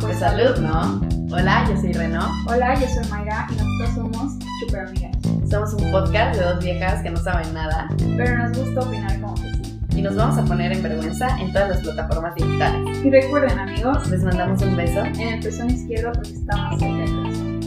pues Salud, ¿no? Hola, yo soy Reno. Hola, yo soy Mayra y nosotros somos Super Amigas, Somos un podcast de dos viejas que no saben nada pero nos gusta opinar como que sí. y nos vamos a poner en vergüenza en todas las plataformas digitales. Y recuerden, amigos, Les mandamos un beso. en el pezón izquierdo porque está más cerca del corazón.